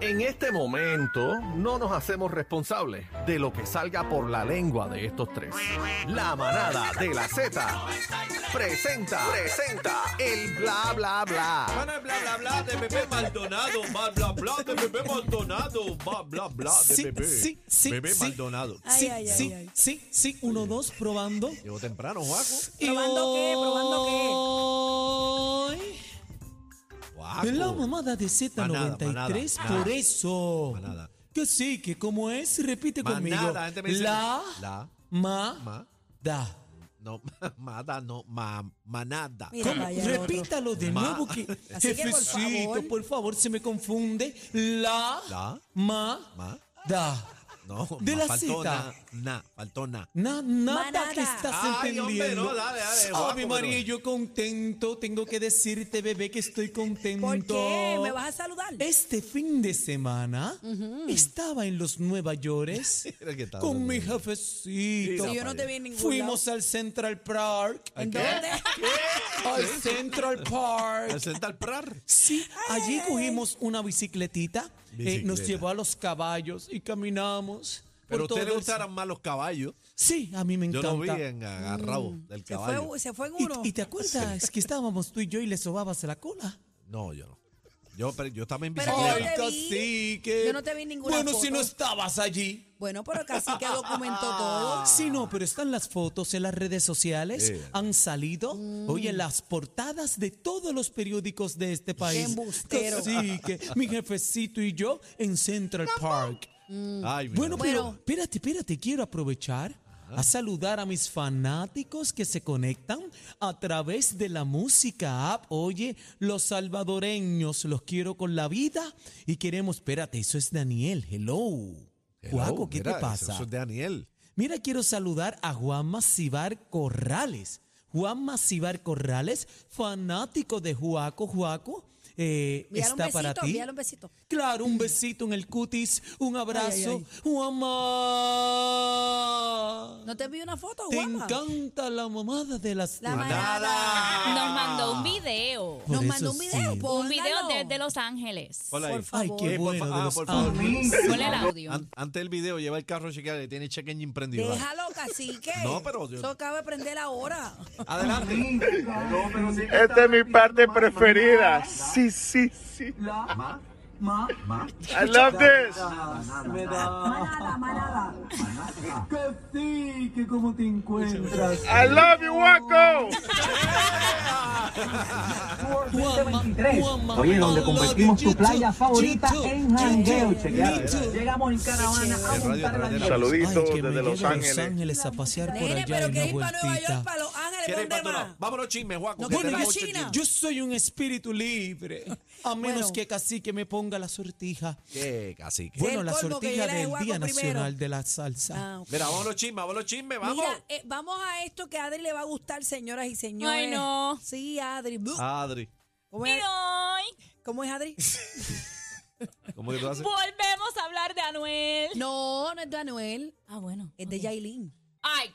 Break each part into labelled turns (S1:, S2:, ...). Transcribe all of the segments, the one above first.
S1: En este momento no nos hacemos responsables de lo que salga por la lengua de estos tres. La manada de la Z presenta, presenta el bla bla bla.
S2: Para el bla bla bla de Pepe Maldonado, bla bla bla de Pepe Maldonado, bla bla bla de
S3: Sí,
S2: Pepe.
S3: sí, sí,
S2: Pepe
S3: sí. Ah.
S2: Maldonado.
S4: Ay,
S3: sí,
S4: ay, ay,
S3: sí,
S4: ay.
S3: sí, sí, uno, dos, probando.
S2: Llegó temprano, Juaco.
S4: ¿Probando qué? ¿Probando qué?
S3: qué?
S2: Juaco.
S3: la mamada de Z93,
S2: Manada, manada,
S3: por eso.
S2: manada.
S3: Que sí, que como es, repite
S2: Manada,
S3: conmigo.
S2: la gente me dice-
S3: la,
S2: La.
S3: ma,
S2: Ma.
S3: da.
S2: No, mada, no, ma, manada.
S4: Mira, vaya otro.
S3: Repítalo de
S2: Ma.
S3: nuevo que
S4: Así que, por
S3: jefecito,
S4: favor.
S3: por favor, se me confunde. La,
S2: La.
S3: ma,
S2: Ma.
S3: da.
S2: No,
S3: De
S2: ma,
S3: la
S2: faltó
S3: cita.
S2: na, na, faltó na.
S3: Na- nada
S4: Manada.
S3: que estás
S2: Ay, hombre,
S3: entendiendo.
S2: no, dale, dale, guapo,
S3: Ave María,
S2: pero-
S3: yo contento. Tengo que decirte, bebé, que estoy contento.
S4: ¿Por qué? ¿Me vas a saludar?
S3: Este fin de semana estaba en los Nueva York
S2: Mira que estaba
S3: con
S2: hablando.
S3: mi jefecito.
S4: Si yo no te vi en ningún
S3: Fuimos
S4: lado.
S3: al Central Park.
S2: ¿Al qué?
S4: ¿Dónde?
S3: Al Central Park.
S2: Al sentar prar.
S3: Sí, allí cogimos una bicicletita, eh, nos
S2: Bicicleta.
S3: llevó a los caballos y caminamos. por
S2: Pero a usted
S3: todo
S2: le
S3: el-
S2: gustaran más los caballos.
S3: Sí, a mí me
S2: Yo
S3: encanta.
S2: lo vi en agarrado del
S4: Mm. Se
S2: caballo.
S4: fue, se fue en
S3: ¿Y,
S4: uno.
S3: y te acuerdas que estábamos tú y yo y le sobabas la cola?
S2: No, yo no. Yo, pero yo estaba en
S4: Pero yo
S2: bicicleta.
S4: no te vi.
S3: cacique.
S4: Yo no te vi en ninguna
S3: Bueno, si
S4: foto.
S3: no estabas allí.
S4: Bueno, pero casi que documentó todo.
S3: Ah. Sí, no, pero están las fotos en las redes sociales,
S2: Yeah.
S3: han salido
S4: Mm.
S3: hoy en las portadas de todos los periódicos de este país.
S4: embustero.
S3: Cacique, mi jefecito y yo en Central Park.
S2: Ay, mira.
S3: Bueno, pero
S4: Bueno.
S3: espérate, espérate, quiero aprovechar a saludar a mis fanáticos que se conectan a través de la música app. Oye, los salvadoreños los quiero con la vida y queremos, espérate, eso es Daniel, hello.
S2: Hello,
S3: Guaco, ¿qué
S2: mira,
S3: te
S2: eso-
S3: pasa?
S2: Eso es de Daniel.
S3: Mira, quiero saludar a Juan Macibar Corrales. Juan Macibar Corrales, fanático de Juaco, Juaco, eh,
S4: Envíale
S3: está
S4: un
S3: para
S4: besito,
S3: ti.
S4: envíale un besito.
S3: Claro, un besito en el cutis, un abrazo.
S4: ay,
S3: Juanma,
S4: ¿No te vi una foto,
S3: te
S4: guapa?
S3: encanta la mamada de las
S4: La
S3: tres.
S4: manada.
S5: Nos mandó
S2: Ah.
S5: un video.
S3: Por
S4: Nos mandó
S3: eso
S4: un video.
S3: sí.
S5: Un video
S4: póngalo.
S5: desde Los Ángeles.
S2: Hola,
S4: Por
S2: ahí.
S3: Ay,
S4: favor.
S3: qué
S2: Eh, por
S3: bueno.
S2: fa-
S3: de
S2: ah,
S3: los
S2: por favor.
S3: ángeles.
S5: Ponle el audio.
S2: An- antes del video, lleva el carro a chequear y tiene el check engine prendido.
S4: Déjalo, cacique.
S2: No, pero yo-
S4: Eso acaba de prender ahora.
S2: Adelante.
S6: Esta es mi parte preferida. Sí, sí, sí. I love this.
S7: Me da. Que sí, que cómo te encuentras.
S6: I love you, Waco.
S3: Juanma,
S7: 23.
S3: Juanma,
S7: Oye,
S3: I
S7: donde
S3: love
S7: convertimos
S3: you
S7: tu playa
S3: too,
S7: favorita
S3: you too,
S7: en jangueo.
S3: you too,
S7: Chequeala,
S3: you
S7: ¿verdad?
S3: too.
S7: Llegamos en caravana a montar
S2: Radio
S7: la
S2: Tradera.
S7: liebre.
S3: Ay,
S6: Saluditos
S3: que me
S6: desde Los
S3: lleve a Los
S6: Ángeles.
S3: Ángeles a pasear por
S4: Nene,
S3: allá
S4: pero
S3: una
S4: quieres ir para Nueva York,
S3: vueltita.
S4: para Los Ángeles,
S2: ¿Quieres ir
S4: ¿dónde
S2: para otro lado?
S4: más?
S2: Vámonos, chisme, Juaco.
S4: No,
S2: que
S4: que
S3: Bueno,
S4: Pero
S2: tenemos
S3: yo,
S4: la
S2: chisme.
S4: China.
S3: yo soy un espíritu libre, a menos
S4: Bueno.
S3: que cacique me ponga la sortija.
S2: ¿Qué, cacique?
S3: Bueno,
S4: el
S3: la
S4: colmo que
S3: sortija
S4: yo la de
S3: del
S4: Guaco
S3: Día
S4: primero.
S3: Nacional de la Salsa.
S4: Ah, ok.
S2: Mira, vámonos, chisme, vámonos, chisme, vamos.
S4: Mira, eh, vamos a esto que a Adri le va a gustar, señoras y señores.
S5: Ay, no.
S4: Sí, Adri. Buh.
S2: Adri,
S4: ¿Cómo
S5: Y
S4: es,
S5: hoy
S4: cómo es Adri?
S2: ¿cómo que tú haces?
S5: volvemos a hablar de Anuel.
S4: No, no es de Anuel,
S5: Ah, bueno.
S4: es de Yailin.
S5: Ay.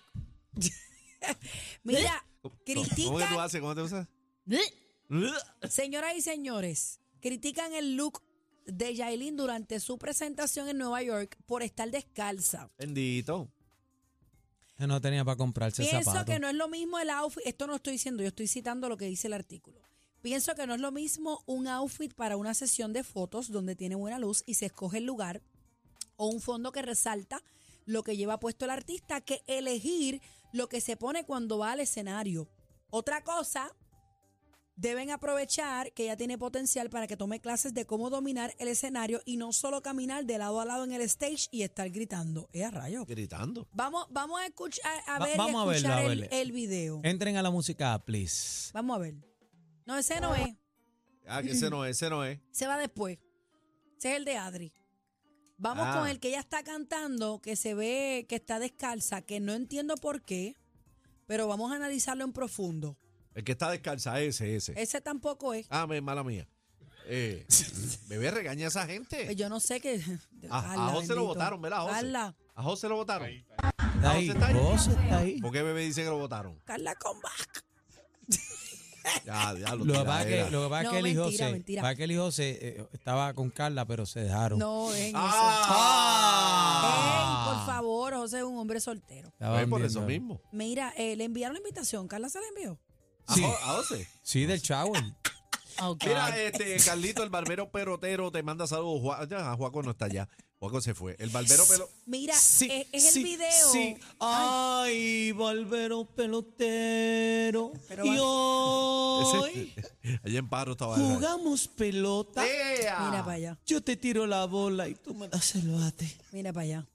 S4: Mira,
S2: ¿Cómo que tú
S4: critican,
S2: haces? ¿Cómo te usas?
S4: señoras y señores, critican el look de Yailin durante su presentación en Nueva York por estar descalza.
S2: Bendito.
S3: Yo No tenía para comprarse
S4: Pienso
S3: zapatos.
S4: que no es lo mismo el outfit, esto no estoy diciendo, yo estoy citando lo que dice el artículo. Pienso que no es lo mismo un outfit para una sesión de fotos donde tiene buena luz y se escoge el lugar o un fondo que resalta lo que lleva puesto el artista que elegir lo que se pone cuando va al escenario. Otra cosa, deben aprovechar que ella tiene potencial para que tome clases de cómo dominar el escenario y no solo caminar de lado a lado en el stage y estar gritando. ¡Eh, a rayo!
S2: Gritando.
S4: Vamos, vamos a escuchar, a
S3: Va-
S4: ver, y
S3: vamos a verlo,
S4: escuchar
S3: a
S4: el,
S3: verlo.
S4: el video.
S2: Eh.
S3: Entren a la música, please.
S4: Vamos a ver. No, ese no es.
S2: Ah, que ese no es, ese no es.
S4: Se va después. Ese es el de Adri. Vamos
S2: Ah.
S4: con el que ella está cantando, que se ve que está descalza, que no entiendo por qué, pero vamos a analizarlo en profundo.
S2: El que está descalza, ese, ese.
S4: Ese tampoco es.
S2: Ah, me- mala mía. Eh, bebé, regaña a esa gente.
S4: Pues yo no sé qué.
S2: Ah, A, a José lo votaron, ¿verdad, José?
S4: Carla,
S2: A José lo votaron.
S3: Está ahí,
S2: José
S4: Ah,
S2: está ahí.
S3: vos está ahí.
S2: ¿Por qué bebé dice que lo votaron?
S4: Carla Comeback.
S2: Ya, ya,
S3: Lo que pasa es que, lo que pasa es
S4: No,
S3: que el hijo
S4: mentira,
S3: se-
S4: mentira.
S3: pasa es que el hijo se, eh, estaba con Carla, pero se dejaron.
S4: No, ven eso.
S2: Ah.
S4: Ey, por favor, José es un hombre soltero.
S3: Estaban
S2: por
S3: viendo.
S2: eso mismo.
S4: Mira, eh, le enviaron la invitación. Carla se la envió.
S2: A
S3: Sí.
S2: Jo- A José.
S3: Sí, del shower.
S5: Oh,
S2: Mira,
S5: God.
S2: este, Carlito, el barbero perotero te manda saludos. Juan, ya, Juaco no está allá. Juaco se fue. El barbero pero
S4: Mira,
S3: Sí,
S4: es, eh, es
S3: sí,
S4: el video.
S3: Sí. Ay, barbero pelotero.
S4: Pero
S3: y
S4: va-
S3: hoy
S2: Allá en Paro estaba.
S3: jugamos pelota.
S2: ¡Ea!
S4: Mira para allá.
S3: Yo te tiro la bola y tú me das el bate.
S4: Mira para allá.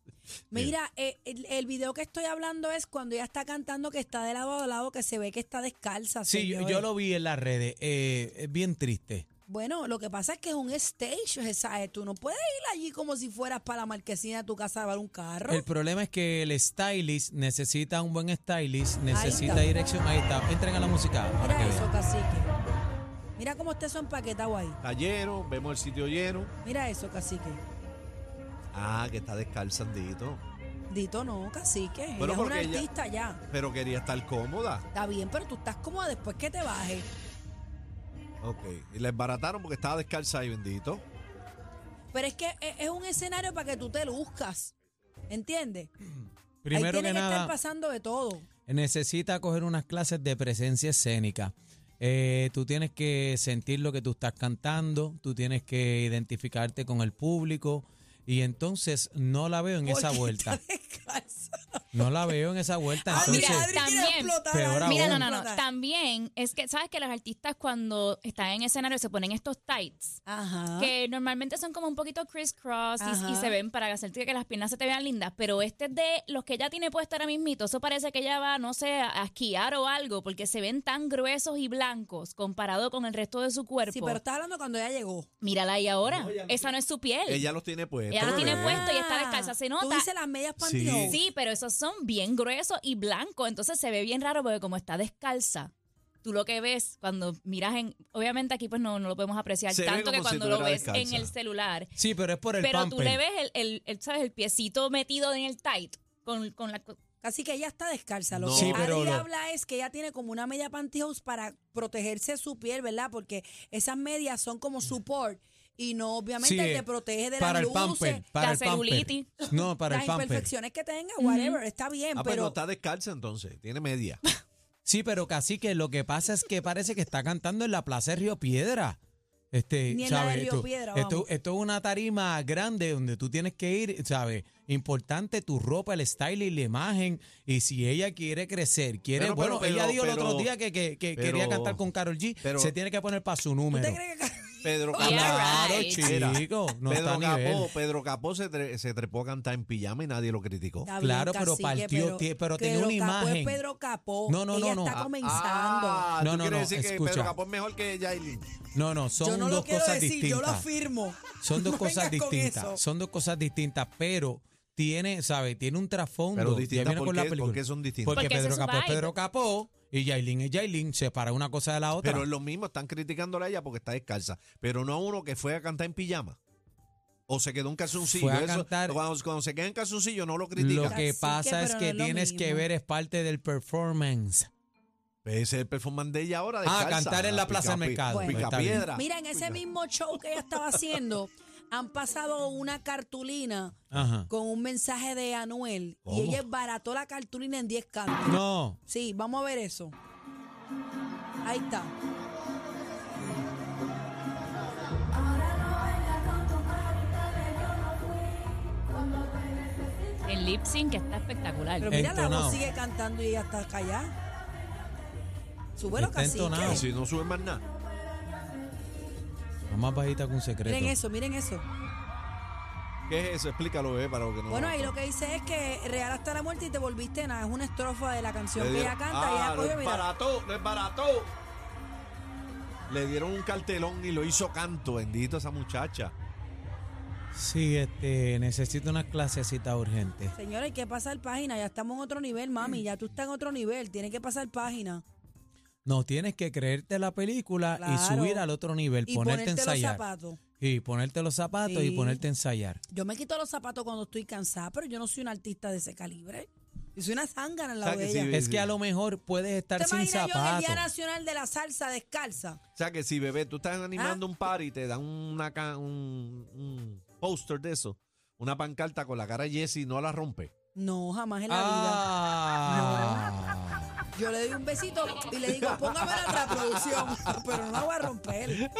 S4: Mira, eh, el, el video que estoy hablando es cuando ella está cantando que está de lado a lado, que se ve que está descalza.
S3: Sí, yo,
S4: señores.
S3: yo lo vi en las redes. eh, es bien triste.
S4: Bueno, lo que pasa es que es un stage, o sea, eh, tú no puedes ir allí como si fueras para la marquesina de tu casa a llevar un carro.
S3: El problema es que el stylist necesita un buen stylist, necesita
S4: está.
S3: dirección. Ahí está. Entren a la música. para que
S4: Mira eso,
S3: vean.
S4: cacique. Mira cómo está eso empaquetado ahí.
S2: Está lleno, vemos el sitio lleno.
S4: Mira eso, cacique.
S2: Ah, que está descalzandito.
S4: Dito no, cacique. Ella
S2: Bueno,
S4: es una
S2: porque ella-
S4: artista ya.
S2: Pero quería estar cómoda.
S4: Está bien, pero tú estás cómoda después que te bajes.
S2: Ok. Y la embarataron porque estaba descalza y bendito.
S4: Pero es que e, es es un escenario para que tú te luzcas. ¿Entiendes? Ahí
S3: Primero
S4: tiene
S3: que
S4: que, estar
S3: nada,
S4: pasando de todo.
S3: necesita coger unas clases de presencia escénica. Eh, tú tienes que sentir lo que tú estás cantando, tú tienes que identificarte con el público y entonces no la veo en esa
S4: Porque
S3: vuelta.
S4: está descalza.
S3: No la veo en esa vuelta.
S4: Ah,
S3: Entonces,
S5: mira,
S4: quiere
S5: también,
S4: explotar,
S3: peor
S4: Adri
S5: Mira,
S4: quiere
S5: no,
S3: aún.
S5: no, no.
S4: explotar.
S5: También es que, ¿sabes? Que los artistas cuando están en escenario se ponen estos tights.
S4: Ajá.
S5: Que normalmente son como un poquito criss-cross y- y,
S4: Ajá.
S5: se ven para hacerte que las piernas se te vean lindas. Pero este es de los que ya tiene puesto ahora mismito. Eso parece que ella va, no sé, a a esquiar o algo, porque se ven tan gruesos y blancos comparado con el resto de su cuerpo.
S4: Sí, pero estás hablando cuando ella llegó.
S5: Mírala ahí ahora. Esa no es su piel.
S2: Ella los tiene puestos. Ah,
S5: Ella los tiene
S3: Pues.
S2: bebé.
S5: puestos. puesto y está descalza, se nota.
S4: Tú dices las medias pantyhose.
S5: Sí, pero esos son bien gruesos y blancos, entonces se ve bien raro porque como está descalza, tú lo que ves cuando miras en... Obviamente aquí pues no, no lo podemos apreciar
S2: Se ve
S5: tanto
S2: como
S5: que
S2: si
S5: cuando lo
S2: estuviera
S5: ves en
S2: descalza.
S5: el celular,
S3: sí, pero es por el
S5: pero tú le
S3: pamper.
S5: ves el, el- el, ¿sabes? el piecito metido en el tight con, con la... co-
S4: Así que ella está descalza. Lo
S2: No.
S4: que
S2: Sí,
S3: pero
S4: Adri
S3: lo-
S4: habla es que ella tiene como una media pantyhose para protegerse su piel, ¿verdad? Porque esas medias son como support y no, obviamente,
S3: Sí,
S4: te protege de
S3: para
S4: las
S3: el
S4: luces,
S3: pamper, para
S5: la
S3: el pamper.
S5: celulitis.
S3: No, para
S4: las
S3: el pues pamper.
S4: imperfecciones que tenga, whatever, está bien,
S2: Ah, pero,
S4: pero...
S2: está descalza entonces. Tiene media.
S3: Sí, pero casi que lo que pasa es que parece que está cantando en la plaza de Río Piedra. Este,
S4: Ni en la
S3: ¿sabes?
S4: de Río
S3: esto,
S4: Piedra,
S3: esto-
S4: vamos.
S3: esto es una tarima grande donde tú tienes que ir, ¿sabes? Importante tu ropa, el style y la imagen. Y si ella quiere crecer, quiere.
S2: Pero,
S3: bueno,
S2: pero,
S3: ella
S2: pero,
S3: dijo el otro
S2: pero,
S3: día que, que- que
S2: pero,
S3: quería cantar con Carol G.
S2: pero-
S3: se tiene que poner para su
S4: ¿Tú
S3: número.
S4: te crees que...
S2: Pedro Capó.
S5: Yeah,
S3: Claro,
S5: right.
S2: Mira,
S3: chico. No
S2: Pedro
S3: está a nivel.
S2: Capó, Pedro Capó se, tre- se trepó a cantar en pijama y nadie lo criticó.
S4: Está
S3: Claro,
S4: bien,
S3: pero
S4: cacique,
S3: partió, tie- pero tenía
S4: Pedro
S3: una
S4: Capó es
S3: imagen.
S4: Pedro Capó.
S3: No, no,
S4: ella
S3: no, no.
S4: Está
S3: Ah,
S4: comenzando.
S2: Ah,
S3: No,
S2: ¿tú
S3: no,
S2: quieres
S3: no,
S2: decir que
S3: escucha.
S2: Pedro Capó es mejor que Yailin?
S3: No, no, son
S4: yo no
S3: dos
S4: lo quiero
S3: cosas
S4: decir, yo lo
S3: distintas.
S4: afirmo.
S3: Son dos
S4: No
S3: cosas
S4: vengas con eso.
S3: distintas. Son dos cosas distintas, pero tiene, ¿sabe? Tiene un trasfondo.
S2: Pero
S3: Ya
S2: distintas,
S3: viene
S2: ¿por
S3: con la
S2: qué? ¿Por
S3: película.
S2: qué son distintas?
S3: Porque,
S5: Porque ese
S3: Pedro
S5: es su
S3: Capó es
S5: vibe.
S3: Pedro Capó y Yailin es Yailin. Separa una cosa de la otra.
S2: Pero es lo mismo, están criticándola a ella porque está descalza. Pero no a uno que fue a cantar en pijama. O se quedó en calzoncillo.
S3: Fue a
S2: Eso,
S3: cantar-
S2: cuando, cuando se queda en calzoncillo no lo critican.
S3: lo que
S4: Cacique,
S3: pasa es
S4: pero
S3: que
S4: no es lo
S3: tienes que
S4: mismo.
S3: ver es parte del performance.
S2: Ese es el performance de ella ahora.
S3: Ah,
S2: Descalza,
S3: cantar en la Plaza del
S2: pica-
S3: Mercado.
S2: pica-
S3: Bueno, está bien.
S2: picapiedra.
S4: Mira, en ese mismo show que ella estaba haciendo, han pasado una cartulina
S3: Ajá.
S4: con un mensaje de Anuel
S2: ¿Cómo?
S4: y ella embarató la cartulina en 10 cantos.
S3: No.
S4: Sí, vamos a ver eso. Ahí está.
S5: El lip sync que está espectacular.
S4: Pero mira, la
S3: Entonado.
S4: voz sigue cantando y ella está callada. Súbelo,
S3: Está
S4: cacique.
S3: entonado.
S2: Ah, Si no sube más nada.
S3: no más bajita que un secreto.
S4: Miren eso, miren eso.
S2: ¿Qué es eso? Explícalo, bebé, para lo que no.
S4: Bueno, ahí lo que dice es que real hasta la muerte y te volviste nada. Es una estrofa de la canción
S2: Le
S4: que
S2: dieron-
S4: ella canta
S2: Ah,
S4: y ella
S2: no
S4: coge,
S2: es
S4: mira.
S2: barato, no es barato. Le dieron un cartelón y lo hizo canto. Bendito esa muchacha.
S3: Sí, este, necesito una clasecita urgente.
S4: Señores, hay que pasar página. Ya estamos en otro nivel, mami. Ya tú estás en otro nivel. Tienes que pasar página.
S3: No, tienes que creerte la película y
S4: Claro.
S3: subir al otro nivel,
S4: Y
S3: ponerte,
S4: ponerte
S3: a
S4: los
S3: ensayar.
S4: zapatos.
S3: Y ponerte los zapatos y
S4: Sí.
S3: ponerte a ensayar.
S4: Yo me quito los zapatos cuando estoy cansada, pero yo no soy una artista de ese calibre. Yo soy una zángana al
S2: O sea,
S4: lado de
S2: que si-
S4: ella.
S3: Es que a lo mejor puedes estar
S4: ¿Te
S3: sin
S4: imaginas yo en el Día
S3: zapatos.
S4: Nacional de la Salsa descalza?
S2: O sea que si bebé, tú estás animando
S4: Ah.
S2: un party y te dan una ca- un, un póster de eso, una pancarta con la cara de Jesse no la rompe.
S4: No, jamás en la
S3: Ah.
S4: vida. Yo le doy un besito y le digo, póngame la otra producción, pero no la voy a romper.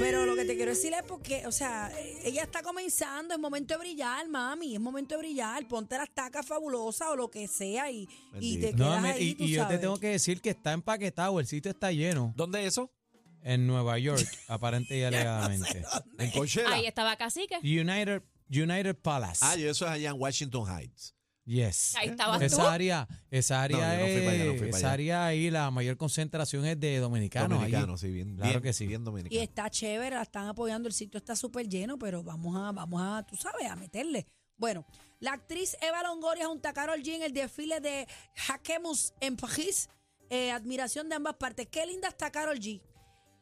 S4: Pero lo que te quiero decir es porque, o sea, ella está comenzando, es momento de brillar, mami, es momento de brillar. Ponte las tacas fabulosas o lo que sea y, y te
S2: Bendito.
S4: quedas
S3: No, me-
S4: ahí,
S3: y,
S4: tú
S3: y yo te
S4: sabes.
S3: tengo que decir que está empaquetado, el sitio está lleno.
S2: ¿Dónde es eso?
S3: En Nueva York, aparente y alegadamente.
S2: En Coachella.
S5: Ahí estaba Cacique.
S3: United, United Palace.
S2: Ah, yo eso es allá en Washington Heights.
S3: Yes.
S5: Ahí estabas
S3: esa
S5: tú.
S3: área, esa área
S2: yo no fui
S3: es,
S2: para allá, no fui para
S3: esa
S2: allá.
S3: área ahí la mayor concentración es de dominicanos. ahí.
S2: Dominicano, sí, bien.
S3: Claro
S2: bien-
S3: que sí.
S2: Bien
S4: Y
S2: dominicano.
S4: está chévere, la están apoyando, el sitio está súper lleno, pero vamos a, vamos a, tú sabes, a meterle. Bueno, la actriz Eva Longoria junto a Carol G en el desfile de Jaquemus en París. Eh, admiración de ambas partes. Qué linda está Carol G.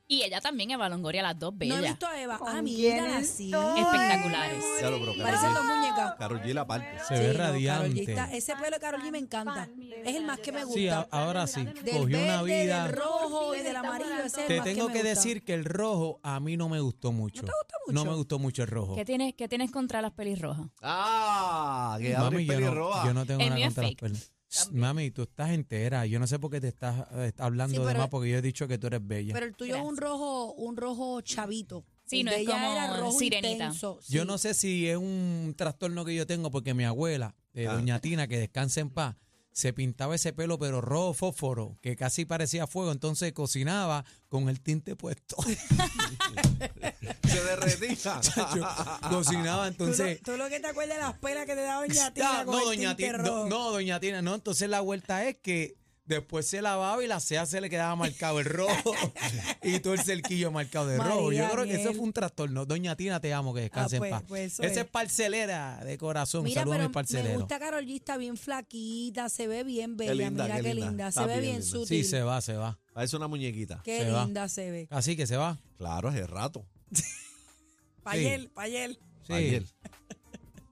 S5: Y ella también en Balongoria las dos
S4: No he
S5: bellas.
S4: visto a Eva. Ah,
S7: ¿Con
S4: mira,
S7: quién
S4: sí.
S7: estoy?
S5: Espectaculares.
S2: Ya lo creo,
S4: Parecen dos
S2: Karol G.
S4: muñecas.
S2: Karol G la parte.
S3: Se ve
S4: Sí, no, Karol G
S3: radiante.
S4: está- ese pelo de Carol G me encanta. Es el más que me gusta.
S3: Sí, a- ahora sí.
S4: del
S3: Cogió
S4: verde,
S3: una vida.
S4: del rojo y del amarillo. Ese es el
S3: Te
S4: más
S3: tengo
S4: me
S3: que
S4: gusta.
S3: decir que el rojo a mí no me gustó mucho.
S4: ¿No te gustó mucho?
S3: No me gustó mucho el rojo.
S5: ¿Qué tienes, ¿Qué tienes contra las pelirrojas?
S2: Ah, que
S3: Mami,
S2: Adri
S3: yo
S2: pelirroja.
S3: no, yo no tengo
S5: El
S3: nada
S5: mío es
S3: contra las
S5: fake.
S3: perlas. Shh, Mami, tú estás entera. Yo no sé por qué te estás eh, hablando
S4: Sí,
S3: de
S4: pero-
S3: más porque yo he dicho que tú eres bella.
S4: Pero el tuyo es un rojo, un rojo chavito.
S5: Sí,
S4: El
S5: no
S4: de
S5: es
S4: ella
S5: como
S4: era rojo
S5: sirenita.
S4: intenso,
S3: Yo
S4: sí.
S3: no sé si es un trastorno que yo tengo porque mi abuela, eh,
S2: Ah.
S3: doña Tina, que descansa en paz, se pintaba ese pelo pero rojo fósforo, que casi parecía fuego, entonces cocinaba con el tinte puesto.
S2: Se derretía.
S3: Yo cocinaba
S4: Tú lo-
S3: entonces...
S4: Tú, lo que te acuerdas de las pelas que te da Doña Tina.
S3: Ah,
S4: con
S3: no,
S4: el
S3: doña
S4: tinte
S3: Tina,
S4: rojo.
S3: no, no, doña Tina, no, entonces la vuelta es que después se lavaba y la ceja se le quedaba marcado el rojo y todo el cerquillo marcado de rojo. Yo
S4: María
S3: creo que eso
S4: Ángel.
S3: fue un trastorno. Doña Tina, te amo, que descanse
S4: Ah, pues-
S3: en paz.
S4: pues eso
S3: Esa
S4: es.
S3: es parcelera de corazón,
S4: Mira,
S3: saludos a
S4: pero
S3: mis
S4: me
S3: parceleros.
S4: gusta Carol G, está bien flaquita, se ve bien bella,
S2: linda,
S4: mira
S2: qué
S4: qué, linda,
S2: linda.
S4: se
S2: Está
S4: ve
S2: bien
S4: bien
S2: linda.
S4: sutil.
S3: Sí, se va, se va.
S2: Parece una muñequita.
S4: Qué
S3: se va.
S4: linda se ve.
S3: Así que se va.
S2: Claro, hace rato.
S4: Payel, payel.
S3: Sí.
S2: Ayer.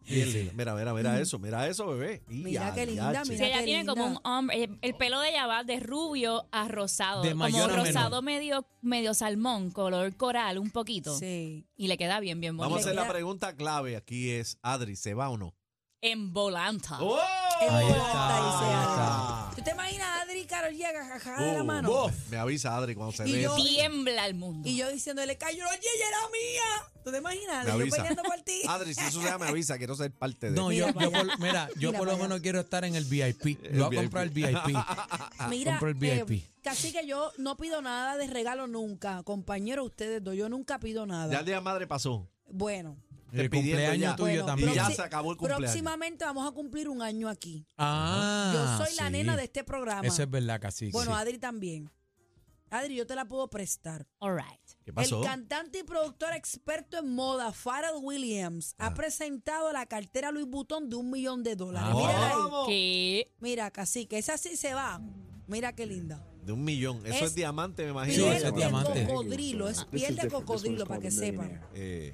S2: Bien linda. Mira, mira, mira eso, mira eso, bebé.
S4: Mira qué
S2: Ya,
S4: linda,
S2: diache.
S5: Si
S4: mira.
S5: ella
S4: qué
S5: tiene como un
S4: linda.
S5: hombre, el, el pelo de ella va de rubio a rosado,
S3: De
S5: como
S3: mayor a menor.
S5: rosado medio, medio salmón, color coral un poquito.
S4: Sí.
S5: Y le queda bien, bien
S2: Vamos a
S5: bonito.
S2: hacer la pregunta clave aquí es, Adri, ¿se va o no?
S5: En volanta.
S3: Oh,
S4: Es
S3: Ahí
S4: volanta,
S3: está,
S4: ¡Oh! dice
S3: ahí
S4: Adri.
S3: está.
S4: ¿Tú te imaginas a Adri y Carol G agajada de la
S2: Uh,
S4: mano?
S2: bof. Me avisa Adri cuando se
S4: Y
S2: ve.
S4: yo-
S2: eso.
S5: Tiembla el mundo.
S4: Y yo diciéndole, Carol G, ella era mía. ¿Tú te imaginas?
S2: Me
S4: yo
S2: avisa.
S4: peleando por ti.
S2: Adri, si eso se da, me avisa, quiero ser parte de.
S3: No,
S4: Mira
S3: yo,
S4: para
S3: yo
S4: allá.
S3: por, mira, yo
S4: Mira
S3: por lo
S4: para allá.
S3: menos quiero estar en el VIP.
S2: El
S3: Yo voy a comprar el VIP.
S2: ah,
S4: Mira, eh,
S3: Compro el VIP.
S4: casi que yo no pido nada de regalo nunca, compañero, ustedes dos, yo nunca pido nada.
S2: Ya el día de madre pasó.
S4: Bueno,
S3: El
S2: pidiendo
S3: cumpleaños
S2: ya.
S3: tuyo
S4: Bueno,
S3: también.
S2: Y ya
S4: proxi-
S2: se acabó el cumpleaños.
S4: Próximamente vamos a cumplir un año aquí.
S3: Ah,
S4: yo soy la
S3: sí.
S4: nena de este programa.
S3: Eso es verdad, cacique.
S4: bueno,
S3: sí.
S4: Adri también. Adri, yo te la puedo prestar.
S5: All right.
S2: ¿Qué pasó?
S4: El cantante y productor experto en moda, Pharrell Williams,
S2: Ah.
S4: ha presentado la cartera Louis Vuitton de un millón de dólares.
S3: Ah,
S4: Mira ahí.
S5: Que
S4: Mira, cacique, esa sí se va. Mira qué linda.
S2: De un millón. Eso es,
S4: Es
S2: diamante, me imagino. Eh,
S3: Sí,
S4: Piel
S3: eso
S4: de
S3: es diamante.
S4: cocodrilo, es piel de cocodrilo, para que sepan.
S2: Eh,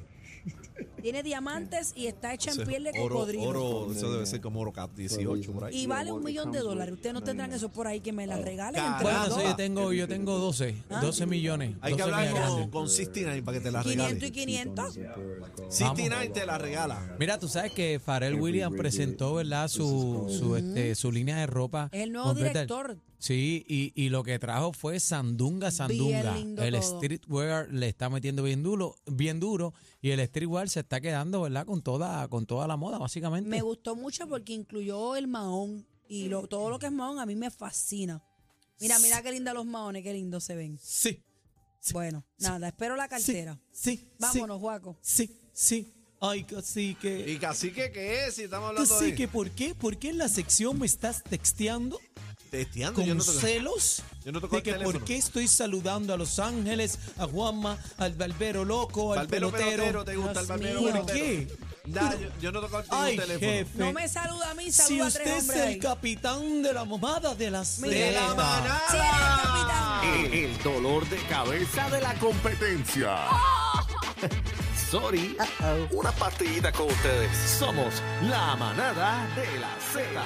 S4: Tiene diamantes y está hecha
S2: eso es
S4: en piel de
S2: oro,
S4: cocodrilo.
S2: oro, eso debe ser como oro cap 18 por ahí.
S4: Y vale un millón de dólares. Ustedes no tendrán eso por ahí que me
S2: Oh,
S4: la regalen. entre
S3: Bueno,
S4: las
S3: sí,
S4: dos.
S3: yo tengo, yo tengo
S4: Ah,
S3: 12, 12 millones.
S2: Hay que
S3: 12
S2: hablar
S3: millones.
S2: con, con 69 para que te la
S4: 500 y
S2: regale.
S4: 500.
S2: 69 te la regala.
S3: Mira, tú sabes que Pharrell Williams presentó, ¿verdad? Su, su, este, su línea de ropa.
S4: Es el nuevo
S3: completa.
S4: director.
S3: Sí, y, y lo que trajo fue Sandunga Sandunga.
S4: lindo
S3: El
S4: todo.
S3: streetwear le está metiendo bien duro, bien duro y el streetwear se está quedando, ¿verdad? Con toda, con toda la moda, básicamente.
S4: Me gustó mucho porque incluyó el mahón. Y lo- todo lo que es mahón a mí me fascina. Mira, mira qué linda los mahones, qué lindos se ven.
S3: Sí, Sí.
S4: Bueno, nada, espero la
S3: sí,
S4: cartera.
S3: Sí,
S4: Vámonos, Juaco.
S3: Sí, sí. Ay, así que...
S2: ¿Y cacique qué es? Si estamos hablando
S3: Así
S2: de.
S3: que, ¿por qué? ¿Por qué en la sección me estás texteando?
S2: Testeando, yo
S3: con
S2: no te
S3: celos
S2: yo no toco
S3: de
S2: el
S3: que por
S2: teléfono.
S3: qué estoy saludando a Los Ángeles, a Juanma, al Barbero Loco, al
S2: Barbero pelotero,
S3: pelotero.
S2: te gusta el
S4: Dios
S2: barbero
S4: mío.
S2: pelotero.
S3: ¿Por qué?
S2: Nah, yo, yo no toco el
S3: Ay,
S2: teléfono.
S3: jefe.
S4: No me saluda a mí, saluda
S3: si
S4: a
S3: usted
S4: tres
S3: es
S4: hombres.
S3: el
S4: ahí.
S3: capitán de la mamada de la
S4: Mira,
S2: ¡De la
S3: seda.
S2: manada!
S4: Sí, eres capitán.
S1: El, el dolor de cabeza de la competencia. Sorry. Una partidita con ustedes. Somos la manada de la Z.